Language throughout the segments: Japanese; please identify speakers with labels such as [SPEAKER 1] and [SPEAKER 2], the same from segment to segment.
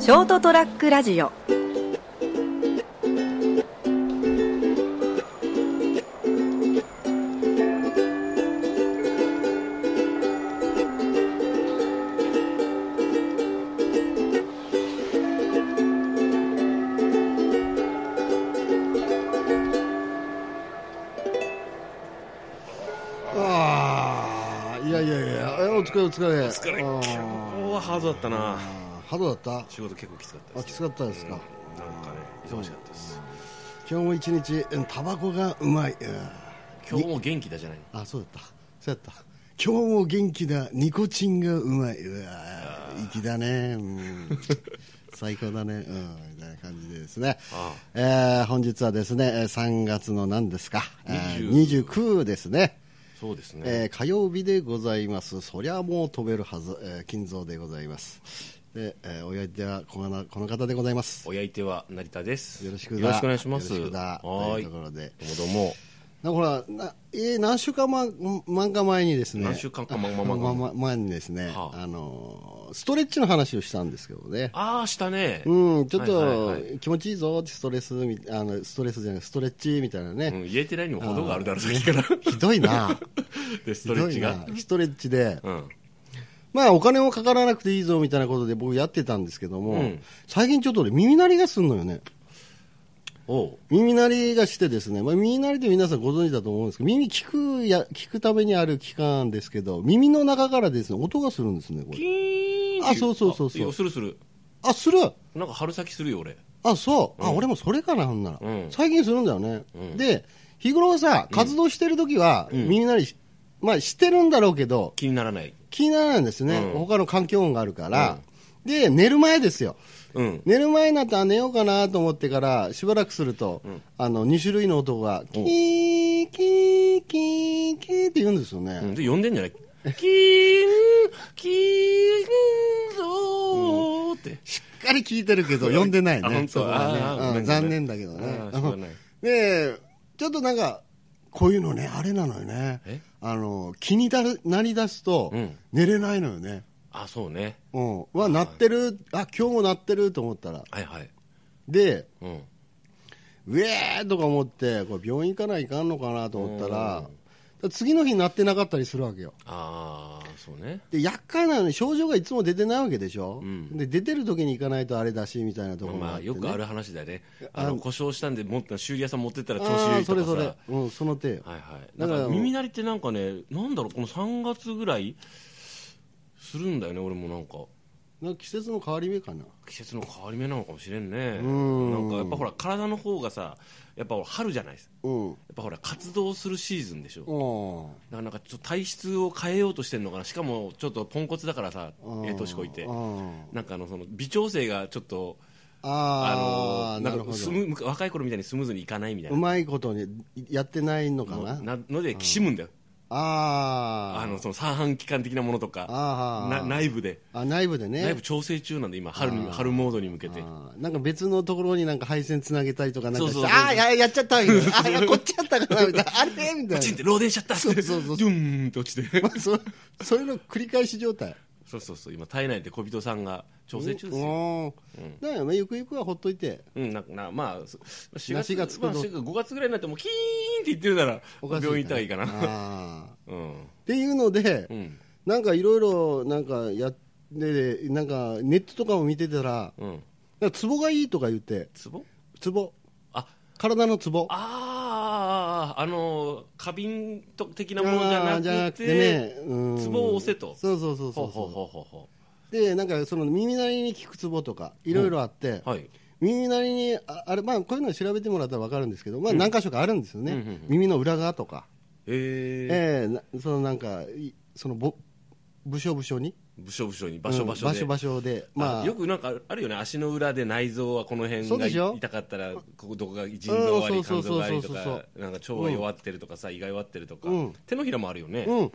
[SPEAKER 1] ショートトラックラジオ
[SPEAKER 2] ああいやいやいやえお疲れお疲れお
[SPEAKER 3] 疲れ今日はハードだったな
[SPEAKER 2] ハードだった
[SPEAKER 3] 仕事結構きつかった
[SPEAKER 2] あきつかったですか
[SPEAKER 3] なんかね忙しかったです
[SPEAKER 2] 今日も一日うんタバコがうまいうん
[SPEAKER 3] 今日も元気だじゃない
[SPEAKER 2] あそうだったそうだった今日も元気だニコチンがうまいうわ粋だね、うん 最高だねうんみたいな感じでですね
[SPEAKER 3] あ
[SPEAKER 2] えー本日はですねえー3月の何ですか、えー、
[SPEAKER 3] 20
[SPEAKER 2] 29ですね
[SPEAKER 3] そうですね
[SPEAKER 2] えー火曜日でございます、そりゃもう飛べるはず、えー金蔵でございます、でえーお相手はこのこの方でございます、
[SPEAKER 3] お相手は成田です
[SPEAKER 2] よろしくだ
[SPEAKER 3] よろしくお願いします
[SPEAKER 2] よろしくだ
[SPEAKER 3] は
[SPEAKER 2] とい
[SPEAKER 3] いう
[SPEAKER 2] と
[SPEAKER 3] どう
[SPEAKER 2] ころで、
[SPEAKER 3] もどうも
[SPEAKER 2] なほらな、えー何週間ま漫画前にですね、
[SPEAKER 3] 何週間かまんま
[SPEAKER 2] あ
[SPEAKER 3] まんま
[SPEAKER 2] まま前にですね、
[SPEAKER 3] はあ
[SPEAKER 2] あのーストレッチの話をしたんですけどね。
[SPEAKER 3] ああしたね
[SPEAKER 2] うん、ちょっ
[SPEAKER 3] はいはいはい
[SPEAKER 2] と気持ちいいぞってストレスみあのストレスじゃなくストレッチみたいな
[SPEAKER 3] う
[SPEAKER 2] ね、
[SPEAKER 3] ん言えてないにも程があるだろさっきから
[SPEAKER 2] ひどいな
[SPEAKER 3] で ストレッチ
[SPEAKER 2] ひ
[SPEAKER 3] が
[SPEAKER 2] どいなストレッチで、
[SPEAKER 3] うん
[SPEAKER 2] まあ、お金もかからなくていいぞみたいなことで僕やってたんですけども、
[SPEAKER 3] うん
[SPEAKER 2] 最近ちょっと俺耳鳴りがするのよね
[SPEAKER 3] おう
[SPEAKER 2] 耳鳴りがしてですね、まあ、耳鳴りって皆さんご存知だと思うんですけど耳聞くや聞くためにある器官ですけど耳の中からですね音がするんですねこ
[SPEAKER 3] キ
[SPEAKER 2] れ
[SPEAKER 3] ーンってい
[SPEAKER 2] あそうそうそうそう
[SPEAKER 3] あいやするする
[SPEAKER 2] あする
[SPEAKER 3] なんか春先するよ俺
[SPEAKER 2] あそう、あ俺もそれかなほんなら、
[SPEAKER 3] うん
[SPEAKER 2] 最近するんだよね、で日頃さ活動してる時は、耳鳴りしまあ、してるんだろうけど
[SPEAKER 3] 気にならない
[SPEAKER 2] 気にならないんですね、
[SPEAKER 3] うん
[SPEAKER 2] 他の環境音があるから、で寝る前ですよ
[SPEAKER 3] うん
[SPEAKER 2] 寝る前になってあ寝ようかなと思ってからしばらくすると、あの2種類の音がキーキーキーキーって言うんですよね、
[SPEAKER 3] うんで呼んでんじゃないキーンキーンぞーって
[SPEAKER 2] しっかり聞いてるけど読んでない
[SPEAKER 3] あ
[SPEAKER 2] ね
[SPEAKER 3] 本当
[SPEAKER 2] そこはねうん
[SPEAKER 3] あーごめんごめん
[SPEAKER 2] 残念だけどね
[SPEAKER 3] あーしょうがない
[SPEAKER 2] でちょっとなんかこういうのねあれなのよね
[SPEAKER 3] え
[SPEAKER 2] あの気になるなりだすと、
[SPEAKER 3] うん
[SPEAKER 2] 寝れないのよね
[SPEAKER 3] あそうね
[SPEAKER 2] うんは鳴ってるあ今日も鳴ってると思ったら
[SPEAKER 3] はいはい
[SPEAKER 2] で
[SPEAKER 3] うん
[SPEAKER 2] うえーとか思ってこれ病院行かないかんのかなと思ったらだから次の日になってなかったりするわけよ
[SPEAKER 3] ああそうね
[SPEAKER 2] で厄介なのに症状がいつも出てないわけでしょ、で出てる時に行かないとあれだしみたいなところ
[SPEAKER 3] ま
[SPEAKER 2] があ
[SPEAKER 3] あ
[SPEAKER 2] って、ね
[SPEAKER 3] よくある話だよねあの故障したんでもっと修理屋さん持ってったら調子
[SPEAKER 2] あ
[SPEAKER 3] 良
[SPEAKER 2] ー
[SPEAKER 3] い
[SPEAKER 2] そ
[SPEAKER 3] と
[SPEAKER 2] れ
[SPEAKER 3] かさ
[SPEAKER 2] それ、うん、その手よ、
[SPEAKER 3] はいはい
[SPEAKER 2] だか
[SPEAKER 3] だからら耳鳴りってなんかねなんだろうこの3月ぐらいするんだよね俺もなんか
[SPEAKER 2] なんか季節の変わり目かな
[SPEAKER 3] 季節の変わり目なのかもしれんね
[SPEAKER 2] ん
[SPEAKER 3] なんかやっぱほら体の方がさやっぱほら春じゃないです
[SPEAKER 2] うん
[SPEAKER 3] やっぱほら活動するシーズンでしょ
[SPEAKER 2] うん
[SPEAKER 3] だからなんかちょっと体質を変えようとしてるのかなしかもちょっとポンコツだからさええ年こいて
[SPEAKER 2] うん
[SPEAKER 3] なんかあのその微調整がちょっと
[SPEAKER 2] あ
[SPEAKER 3] あ
[SPEAKER 2] あ
[SPEAKER 3] の
[SPEAKER 2] な
[SPEAKER 3] なん
[SPEAKER 2] る
[SPEAKER 3] か
[SPEAKER 2] ほ
[SPEAKER 3] ス
[SPEAKER 2] ど
[SPEAKER 3] ム若い頃みたいにスムーズにいかないみたいうな
[SPEAKER 2] まいことにやってないのかな
[SPEAKER 3] のなのできしむんだよ
[SPEAKER 2] あー
[SPEAKER 3] あのその三半規管的なものとか
[SPEAKER 2] あ
[SPEAKER 3] な
[SPEAKER 2] ー
[SPEAKER 3] 内部で
[SPEAKER 2] あ内部でね
[SPEAKER 3] 内部調整中なんで今春に春モードに向けて
[SPEAKER 2] あーなんか別のところになんか配線つなげたりとかなんかして
[SPEAKER 3] そうそうそう
[SPEAKER 2] ああややっちゃったみたいなあーいやこっちやったかなみ たいなあれみた
[SPEAKER 3] パチン
[SPEAKER 2] い
[SPEAKER 3] って漏電しちゃったって
[SPEAKER 2] そうそうそう
[SPEAKER 3] ドゥーンって落ちて
[SPEAKER 2] なそそういうの繰り返し状態
[SPEAKER 3] そうそうそう今体内で小人さんが調整中ですよ
[SPEAKER 2] よだからまあゆくゆくはほっといて
[SPEAKER 3] うん、なんかなまあ、そ4
[SPEAKER 2] な
[SPEAKER 3] 月
[SPEAKER 2] 4月
[SPEAKER 3] まあ、
[SPEAKER 2] 今度
[SPEAKER 3] 5月ぐらいになってもうキーンって言ってるなら
[SPEAKER 2] おかしい
[SPEAKER 3] 病院行ったらいいかな
[SPEAKER 2] あー
[SPEAKER 3] うん
[SPEAKER 2] っていうので、
[SPEAKER 3] うん
[SPEAKER 2] なんかいろいろなんかやってなんかネットとかも見てたら
[SPEAKER 3] うん
[SPEAKER 2] なんかツボがいいとか言って
[SPEAKER 3] ツボ
[SPEAKER 2] ツボ
[SPEAKER 3] あ
[SPEAKER 2] 体のツボ
[SPEAKER 3] あああの花瓶と的なものじゃな
[SPEAKER 2] あー
[SPEAKER 3] くて
[SPEAKER 2] じゃなくてねうん
[SPEAKER 3] ツボを押せと
[SPEAKER 2] そうそうそうそ
[SPEAKER 3] ほ
[SPEAKER 2] う
[SPEAKER 3] うほ
[SPEAKER 2] そ
[SPEAKER 3] うほうほう
[SPEAKER 2] う
[SPEAKER 3] ほ
[SPEAKER 2] でなんかその耳鳴りに効くツボとかいろいろあって、
[SPEAKER 3] うはい
[SPEAKER 2] 耳鳴りにああれ、まあ、こういうの調べてもらったら分かるんですけど、まあ、何箇所かあるんですよね、
[SPEAKER 3] うんうんうん
[SPEAKER 2] 耳の裏側とか、
[SPEAKER 3] ええ
[SPEAKER 2] ええなそのなんかいそのぼ部署部署に
[SPEAKER 3] 部署部署に場所場所
[SPEAKER 2] うん
[SPEAKER 3] で、
[SPEAKER 2] 所場所でまあ
[SPEAKER 3] あよくなんかあるよね足の裏で内臓はこの辺
[SPEAKER 2] そう
[SPEAKER 3] が
[SPEAKER 2] でしょ
[SPEAKER 3] 痛かったらここどこが腎臓が悪
[SPEAKER 2] うん
[SPEAKER 3] い
[SPEAKER 2] そうそ
[SPEAKER 3] 肝臓
[SPEAKER 2] う
[SPEAKER 3] が悪い
[SPEAKER 2] そ
[SPEAKER 3] と
[SPEAKER 2] うそう
[SPEAKER 3] か
[SPEAKER 2] そう
[SPEAKER 3] なんか腸が弱ってるとかさ、胃が弱ってるとか、
[SPEAKER 2] うん
[SPEAKER 3] 手のひらもあるよね、
[SPEAKER 2] うん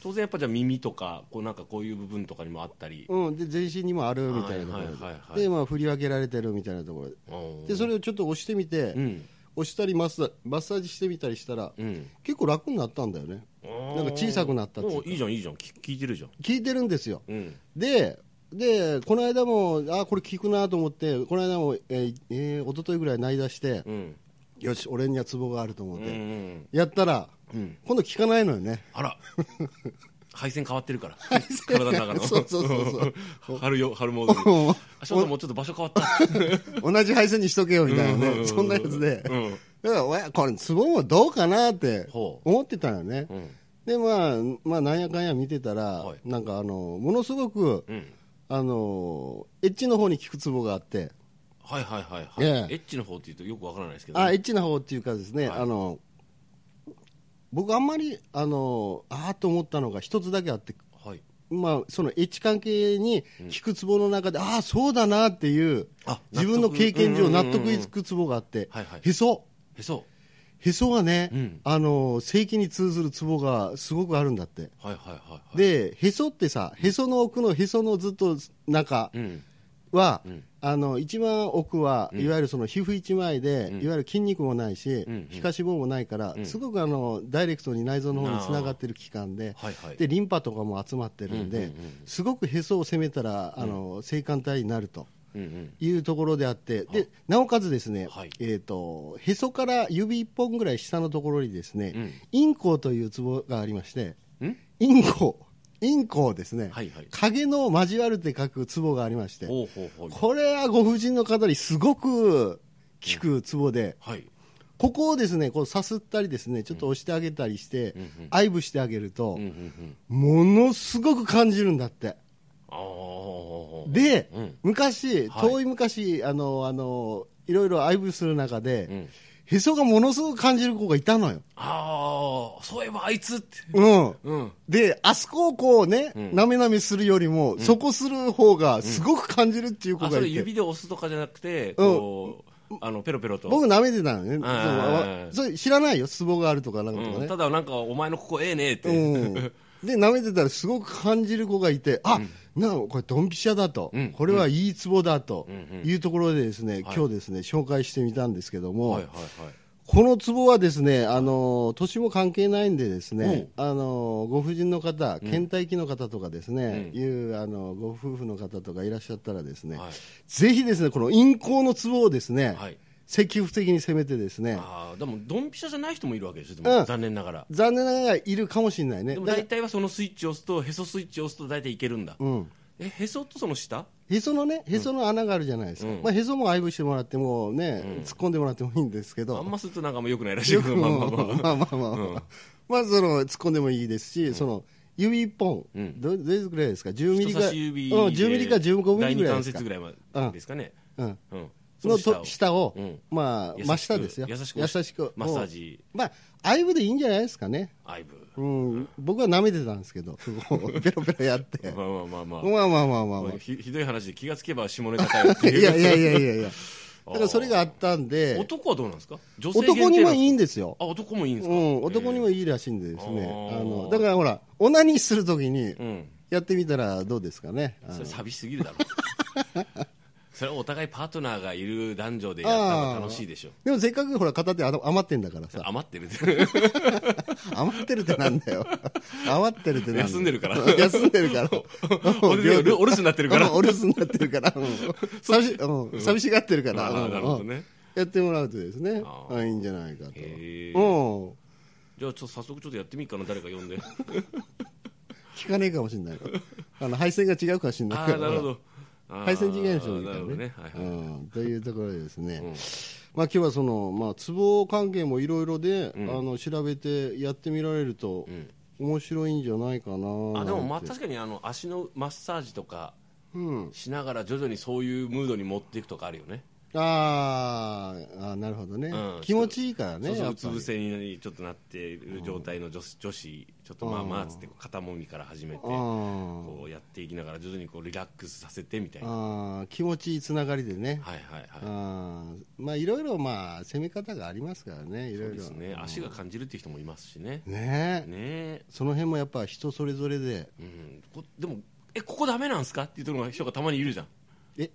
[SPEAKER 3] 当然やっぱじゃあ耳とかこうなんかこういう部分とかにもあったり、
[SPEAKER 2] うん、で全身にもあるみたいなところで,、
[SPEAKER 3] はいはいはいはい
[SPEAKER 2] でまあ、振り分けられてるみたいなところで
[SPEAKER 3] うん
[SPEAKER 2] でそれをちょっと押してみて、
[SPEAKER 3] うん
[SPEAKER 2] 押したりマッサマッサージしてみたりしたら、
[SPEAKER 3] うん
[SPEAKER 2] 結構楽になったんだよねなんか小さくなったっていう
[SPEAKER 3] お
[SPEAKER 2] か
[SPEAKER 3] いいじゃんいいじゃんき聞いてるじゃん
[SPEAKER 2] 聞いてるんですよ
[SPEAKER 3] うん
[SPEAKER 2] ででこの間もあこれ聞くなと思ってこの間も、えーえー一昨日ぐらい泣い出して、
[SPEAKER 3] うん
[SPEAKER 2] よし俺にはツボがあると思っ
[SPEAKER 3] う
[SPEAKER 2] て、
[SPEAKER 3] んうん
[SPEAKER 2] やったら、
[SPEAKER 3] うん
[SPEAKER 2] 今度聞かないのよね
[SPEAKER 3] あら配線変わってるから体の中の
[SPEAKER 2] そうそうそう
[SPEAKER 3] そう 春よ春モード にあ翔太もうちょっと場所変わった
[SPEAKER 2] 同じ配線にしとけよみたいなね、
[SPEAKER 3] うん
[SPEAKER 2] そんなやつで、
[SPEAKER 3] うん
[SPEAKER 2] だからおやこれツボもどうかなって
[SPEAKER 3] ほ
[SPEAKER 2] 思ってたのよね、
[SPEAKER 3] うん
[SPEAKER 2] でまあ、まあ、なんやかんや見てたら、
[SPEAKER 3] はい
[SPEAKER 2] なんかあのものすごく
[SPEAKER 3] うん
[SPEAKER 2] あのエッチの方に効くツボがあって
[SPEAKER 3] はいはいはいはい、
[SPEAKER 2] ええ
[SPEAKER 3] エッチの方っていうとよくわからないですけど、
[SPEAKER 2] あエッチな方っていうかですね、
[SPEAKER 3] はい
[SPEAKER 2] あの僕あんまりあのああと思ったのが一つだけあって
[SPEAKER 3] はい、
[SPEAKER 2] まあ、そのエッチ関係に聞くツボの中で、ああ、そうだなっていう
[SPEAKER 3] あ、
[SPEAKER 2] 自分の経験上、
[SPEAKER 3] 納
[SPEAKER 2] 納
[SPEAKER 3] 得
[SPEAKER 2] 得いくツボがあって
[SPEAKER 3] はいはい、
[SPEAKER 2] へそ、
[SPEAKER 3] へそ
[SPEAKER 2] へそはね
[SPEAKER 3] うん、
[SPEAKER 2] あの性器に通ずるツボがすごくあるんだって、
[SPEAKER 3] はいはいはいはい
[SPEAKER 2] で、へそってさ、へその奥のへそのずっと中
[SPEAKER 3] うん
[SPEAKER 2] は
[SPEAKER 3] うん、
[SPEAKER 2] あの一番奥は、いわゆるその皮膚一枚で、
[SPEAKER 3] ん
[SPEAKER 2] いわゆる筋肉もないし
[SPEAKER 3] うんうん、
[SPEAKER 2] 皮下脂肪もないから
[SPEAKER 3] う、ん
[SPEAKER 2] すごくあのダイレクトに内臓の方につながってる器官で。
[SPEAKER 3] はいはい
[SPEAKER 2] でリンパとかも集まってるんで、
[SPEAKER 3] うんうんうん
[SPEAKER 2] すごくへそを攻めたら、あの性感帯になると
[SPEAKER 3] うんうん
[SPEAKER 2] いうところであって、でなおかつですね、
[SPEAKER 3] はい
[SPEAKER 2] えー、とへそから指1本ぐらい下のところにですね、
[SPEAKER 3] うん
[SPEAKER 2] インコウというツボがありまして、
[SPEAKER 3] ん
[SPEAKER 2] インコウ、インコウですね、
[SPEAKER 3] はいはい
[SPEAKER 2] 影の交わるって書くツボがありまして、
[SPEAKER 3] ほうほうほう
[SPEAKER 2] これはご婦人の方にすごく効くツボで、
[SPEAKER 3] はい
[SPEAKER 2] ここをですねこうさすったり、ですねちょっと押してあげたりして、
[SPEAKER 3] うんうん
[SPEAKER 2] 愛撫してあげると。
[SPEAKER 3] うんうんうん
[SPEAKER 2] ものすごく感じるんだって。
[SPEAKER 3] ああ
[SPEAKER 2] で、
[SPEAKER 3] うん
[SPEAKER 2] 昔、
[SPEAKER 3] はい
[SPEAKER 2] 遠い昔、あの、あの、いろいろ愛撫する中で、
[SPEAKER 3] うん
[SPEAKER 2] へそがものすごく感じる子がいたのよ。
[SPEAKER 3] ああそういえばあいつって
[SPEAKER 2] うん。
[SPEAKER 3] うん
[SPEAKER 2] で、あそこをこうね、
[SPEAKER 3] うん
[SPEAKER 2] なめなめするよりも、そこする方がすごく感じるっていう子
[SPEAKER 3] あ
[SPEAKER 2] が
[SPEAKER 3] それ
[SPEAKER 2] いて。
[SPEAKER 3] 指で押すとかじゃなくてこう、あのペロペロと
[SPEAKER 2] 僕舐めてたのね。そう
[SPEAKER 3] あ
[SPEAKER 2] わそれ知らないよ、ツボがあるとかなんかとか
[SPEAKER 3] う
[SPEAKER 2] ね
[SPEAKER 3] ん、。ただなんかお前のここええねって、
[SPEAKER 2] うん、で舐めてたらすごく感じる子がいてあ、なんかこれドンピシャだと、
[SPEAKER 3] うん
[SPEAKER 2] これはいいツボだと
[SPEAKER 3] うんうん
[SPEAKER 2] いうところでですね、
[SPEAKER 3] はい
[SPEAKER 2] 今日ですね紹介してみたんですけども、
[SPEAKER 3] はいはいはい
[SPEAKER 2] このツボはですねあの年も関係ないんでですね、あのご婦人の方倦怠期の方とかですね、
[SPEAKER 3] うん
[SPEAKER 2] いうあのご夫婦の方とかいらっしゃったらですね、
[SPEAKER 3] はい
[SPEAKER 2] ぜひですねこの陰行のツボをですね、
[SPEAKER 3] はい
[SPEAKER 2] 積極的に攻めてですね
[SPEAKER 3] ああでもドンピシャじゃない人もいるわけでしょで
[SPEAKER 2] う
[SPEAKER 3] も
[SPEAKER 2] ん
[SPEAKER 3] 残念ながら
[SPEAKER 2] 残念ながらいるかもしれないね
[SPEAKER 3] でも
[SPEAKER 2] だか
[SPEAKER 3] 大体はそのスイッチを押すとへそスイッチを押すと大体いけるんだ、
[SPEAKER 2] らうん
[SPEAKER 3] えへそとその下
[SPEAKER 2] へそのね、へその穴があるじゃないですか、
[SPEAKER 3] うん
[SPEAKER 2] まあ、へそも愛撫してもらってもね、突っ込んでもらってもいいんですけ
[SPEAKER 3] あ
[SPEAKER 2] ど、
[SPEAKER 3] んまするとなんかもよくないらしいけどまあまあまあ
[SPEAKER 2] まあまあまあまあまずその突っ込んでもいいですし、その指一本、
[SPEAKER 3] うん
[SPEAKER 2] どどれぐらいですか、10ミリ
[SPEAKER 3] 人
[SPEAKER 2] か、
[SPEAKER 3] 差し指で
[SPEAKER 2] うん、10ミリか15ミリぐらいで
[SPEAKER 3] 第二関
[SPEAKER 2] すか
[SPEAKER 3] 節ぐ、らいまでですかね、
[SPEAKER 2] うん、
[SPEAKER 3] うんそ
[SPEAKER 2] の
[SPEAKER 3] 下
[SPEAKER 2] と
[SPEAKER 3] を
[SPEAKER 2] 下を、
[SPEAKER 3] うん
[SPEAKER 2] まあ、
[SPEAKER 3] 優しく
[SPEAKER 2] 真下ですよ、
[SPEAKER 3] 優しく
[SPEAKER 2] 優しく
[SPEAKER 3] マッサージ
[SPEAKER 2] もうまあ、愛撫でいいんじゃないですかね、
[SPEAKER 3] アイブ
[SPEAKER 2] うん、僕は舐めてたんですけど、 ペロペロやって、
[SPEAKER 3] まあまあまあま
[SPEAKER 2] ま
[SPEAKER 3] あ、
[SPEAKER 2] あまあまあまあまあ
[SPEAKER 3] まあ、ひひどい話で気がつけば下ネタかよっていう
[SPEAKER 2] いやいやいやいや いや、だからそれがあったんで、
[SPEAKER 3] 男はどうなんですか女性限定
[SPEAKER 2] 男にも
[SPEAKER 3] なん
[SPEAKER 2] い
[SPEAKER 3] です
[SPEAKER 2] いんですよ
[SPEAKER 3] か。あ男もいいんです
[SPEAKER 2] う
[SPEAKER 3] か、
[SPEAKER 2] ん、男にもいいらしいんでですね。
[SPEAKER 3] あー
[SPEAKER 2] あの、だからほら、オナニーするときに
[SPEAKER 3] うん
[SPEAKER 2] やってみたらどうですかね。あ
[SPEAKER 3] そ
[SPEAKER 2] の
[SPEAKER 3] れ寂しすぎるだろ それはお互いパートナーがいる男女でやった方が楽しいでしょ
[SPEAKER 2] でもせっかくほら、片手あの余ってんだからさ。
[SPEAKER 3] 余ってる
[SPEAKER 2] 余ってるってなんだよ。余ってるってなんだよ
[SPEAKER 3] 休んでるから
[SPEAKER 2] 休んでるから。
[SPEAKER 3] 俺でお留お留守になってるから
[SPEAKER 2] うんお留守になってるから。うん寂しうん寂しがってるから。
[SPEAKER 3] あ
[SPEAKER 2] う
[SPEAKER 3] ー
[SPEAKER 2] ん
[SPEAKER 3] なるほどね
[SPEAKER 2] うんやってもらうとですね
[SPEAKER 3] あ、ー
[SPEAKER 2] あいいんじゃないかと。
[SPEAKER 3] へー
[SPEAKER 2] うん。
[SPEAKER 3] じゃあちょっと早速ちょっとやってみっかな誰か呼 んで
[SPEAKER 2] 聞かねえかもしれない。あの、配線が違うかもしれない
[SPEAKER 3] あ
[SPEAKER 2] か
[SPEAKER 3] あ
[SPEAKER 2] ら。
[SPEAKER 3] なるほどあー
[SPEAKER 2] 配線違いの人もいた
[SPEAKER 3] な
[SPEAKER 2] ら
[SPEAKER 3] るほ
[SPEAKER 2] ね
[SPEAKER 3] どねはいはい、
[SPEAKER 2] うんというところでですね、
[SPEAKER 3] ん
[SPEAKER 2] まあ今日はその、まあ、ツボ関係もいろいろで、
[SPEAKER 3] ん
[SPEAKER 2] あの調べてやってみられると、
[SPEAKER 3] ん
[SPEAKER 2] 面白いんじゃないかな
[SPEAKER 3] あでもま
[SPEAKER 2] な
[SPEAKER 3] あ
[SPEAKER 2] んて
[SPEAKER 3] 確かにあの足のマッサージとか
[SPEAKER 2] うん、
[SPEAKER 3] しながら徐々にそういうムードに持っていくとかあるよね
[SPEAKER 2] あーあーなるほどね、
[SPEAKER 3] うん
[SPEAKER 2] 気持ちいいからね
[SPEAKER 3] そうそう
[SPEAKER 2] や
[SPEAKER 3] う
[SPEAKER 2] っ
[SPEAKER 3] つ
[SPEAKER 2] ぱ
[SPEAKER 3] 伏
[SPEAKER 2] り
[SPEAKER 3] せにちょっとなっている状態の女子女子ちょっとまあまあつってこう肩もみから始めて
[SPEAKER 2] うん
[SPEAKER 3] こうやっていきながら徐々にこうリラックスさせてみたいな
[SPEAKER 2] あー気持ちいいつながりでね、
[SPEAKER 3] はいはいはい
[SPEAKER 2] あーまあいろいろまあ攻め方がありますからねい
[SPEAKER 3] そ
[SPEAKER 2] ろ
[SPEAKER 3] う
[SPEAKER 2] い
[SPEAKER 3] です
[SPEAKER 2] ろ
[SPEAKER 3] ね足が感じるっていう人もいますしね
[SPEAKER 2] ねえ
[SPEAKER 3] ねえ
[SPEAKER 2] その辺もやっぱ人それぞれで
[SPEAKER 3] うんこでもえここダメなんですかっていうの人がたまにいるじゃん
[SPEAKER 2] え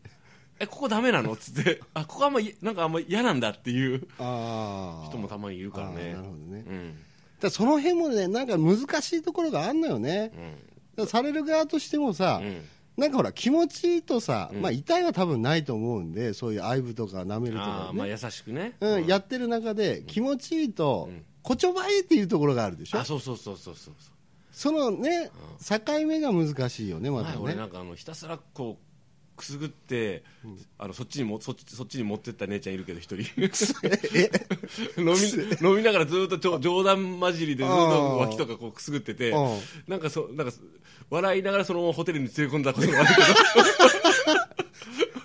[SPEAKER 3] えここダメなのっつってあここあんまいなんかあんま嫌なんだっていう
[SPEAKER 2] ああ
[SPEAKER 3] 人もたまにいるからね
[SPEAKER 2] なるほどね、
[SPEAKER 3] うん
[SPEAKER 2] だからその辺もね、なんか難しいところがあんのよね、
[SPEAKER 3] うん
[SPEAKER 2] だからされる側としてもさ、
[SPEAKER 3] うん
[SPEAKER 2] なんかほら気持ちいいとさ、まあ痛いは多分ないと思うんでそういう愛撫とか舐めると
[SPEAKER 3] あ
[SPEAKER 2] か
[SPEAKER 3] あ
[SPEAKER 2] ね
[SPEAKER 3] まあ優しくね
[SPEAKER 2] うん
[SPEAKER 3] うん
[SPEAKER 2] やってる中で気持ちいいと、こちょばえっていうところがあるでしょ
[SPEAKER 3] あそうそうそうそうそうそう
[SPEAKER 2] そのね、境目が難しいよねま
[SPEAKER 3] 前
[SPEAKER 2] た
[SPEAKER 3] 俺
[SPEAKER 2] ね
[SPEAKER 3] なんかあのひたすらこうくすぐって、あのそっちにもそっちそっちに持ってった姉ちゃんいるけど一人 飲み飲みながらずっとちょ冗談交じりでずっと脇とかこうくすぐってて
[SPEAKER 2] うん
[SPEAKER 3] なんかそなんか笑いながらそのままホテルに連れ込んだことがあるけ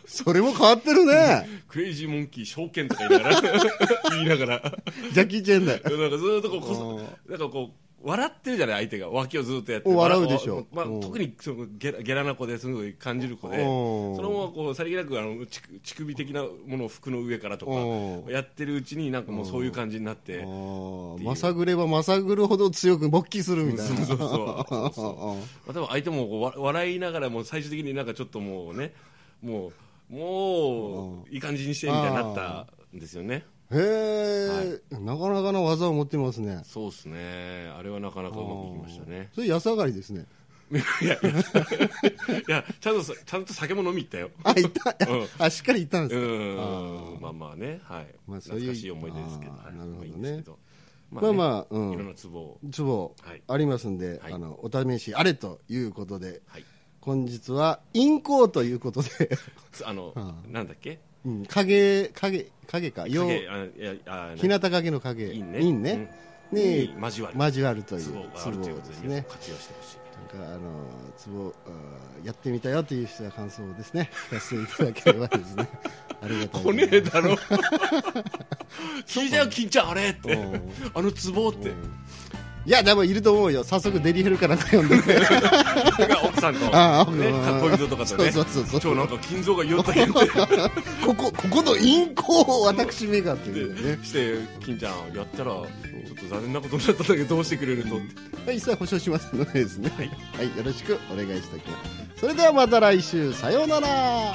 [SPEAKER 2] それも変わってるね
[SPEAKER 3] ど クレイジーモンキー証券とか言いながら 言いながらなんか
[SPEAKER 2] ジャッキー・チェン だよ
[SPEAKER 3] ずっとこうこそなんかこう笑ってるじゃない相手が脇をずっとやって
[SPEAKER 2] 笑うでしょ
[SPEAKER 3] まあ、
[SPEAKER 2] うん
[SPEAKER 3] 特にそのゲラゲラな子ですごい感じる子で
[SPEAKER 2] うん
[SPEAKER 3] そのままこうさりげなくあの乳首乳首的なものを服の上からと
[SPEAKER 2] う
[SPEAKER 3] かやってるうちになんかもうそういう感じになって
[SPEAKER 2] あーまさぐればまさぐるほど強く勃起するみたいな
[SPEAKER 3] そうそうそう
[SPEAKER 2] あー
[SPEAKER 3] まあ、多分相手もこうわ笑いながらもう最終的になんかちょっともうねもうもういい感じにしてみたいになったんですよね
[SPEAKER 2] へえ、なかなかな技を持ってますね
[SPEAKER 3] そうですねあれはなかなかうまくいきましたね
[SPEAKER 2] それ安上がりですね
[SPEAKER 3] いやいやいやちゃんとそちゃんと酒も飲み行ったよ
[SPEAKER 2] あいた、
[SPEAKER 3] うん
[SPEAKER 2] あしっかりいたんで
[SPEAKER 3] う
[SPEAKER 2] すか、
[SPEAKER 3] んまあまあねはい、
[SPEAKER 2] まあそういう
[SPEAKER 3] 懐かしい思い出ですけど
[SPEAKER 2] あー
[SPEAKER 3] はい
[SPEAKER 2] なるほどね
[SPEAKER 3] まあいいんですけどま
[SPEAKER 2] まあまあうん
[SPEAKER 3] いろんなツボを
[SPEAKER 2] ツボ
[SPEAKER 3] はい
[SPEAKER 2] ありますんで、
[SPEAKER 3] はい
[SPEAKER 2] あのお試しあれということで
[SPEAKER 3] はい
[SPEAKER 2] 本日は陰行ということで、
[SPEAKER 3] つあのなんだっけ
[SPEAKER 2] うん、影影影か陽
[SPEAKER 3] 影あいやあ
[SPEAKER 2] 日向影の影
[SPEAKER 3] 陰ね
[SPEAKER 2] 陰ね
[SPEAKER 3] うん
[SPEAKER 2] に
[SPEAKER 3] に交わる
[SPEAKER 2] 交わるという
[SPEAKER 3] ツボがあるということで
[SPEAKER 2] ツボ
[SPEAKER 3] 皆さん活用してほしい
[SPEAKER 2] なんかあのツボあーやってみたよという人は感想をですね 聞かせていただければですねありがたい
[SPEAKER 3] 来ねえだ ろ聞いちゃう聞いちゃうあれって
[SPEAKER 2] うん
[SPEAKER 3] あのツボって
[SPEAKER 2] いやでもいると思うよ早速デリヘルから読んでね
[SPEAKER 3] それが奥さんとね
[SPEAKER 2] ああうん
[SPEAKER 3] 恋人とかとね
[SPEAKER 2] そうそうそうそう
[SPEAKER 3] 今日なんか金蔵が酔ったけどっ
[SPEAKER 2] ここここの陰行を私めがというね
[SPEAKER 3] てして金ちゃんやったらちょっと残念なことになったんだけどどうしてくれるのって
[SPEAKER 2] はい一切保証しますのでですね
[SPEAKER 3] はい
[SPEAKER 2] はい、よろしくお願いしておきますそれではまた来週さようなら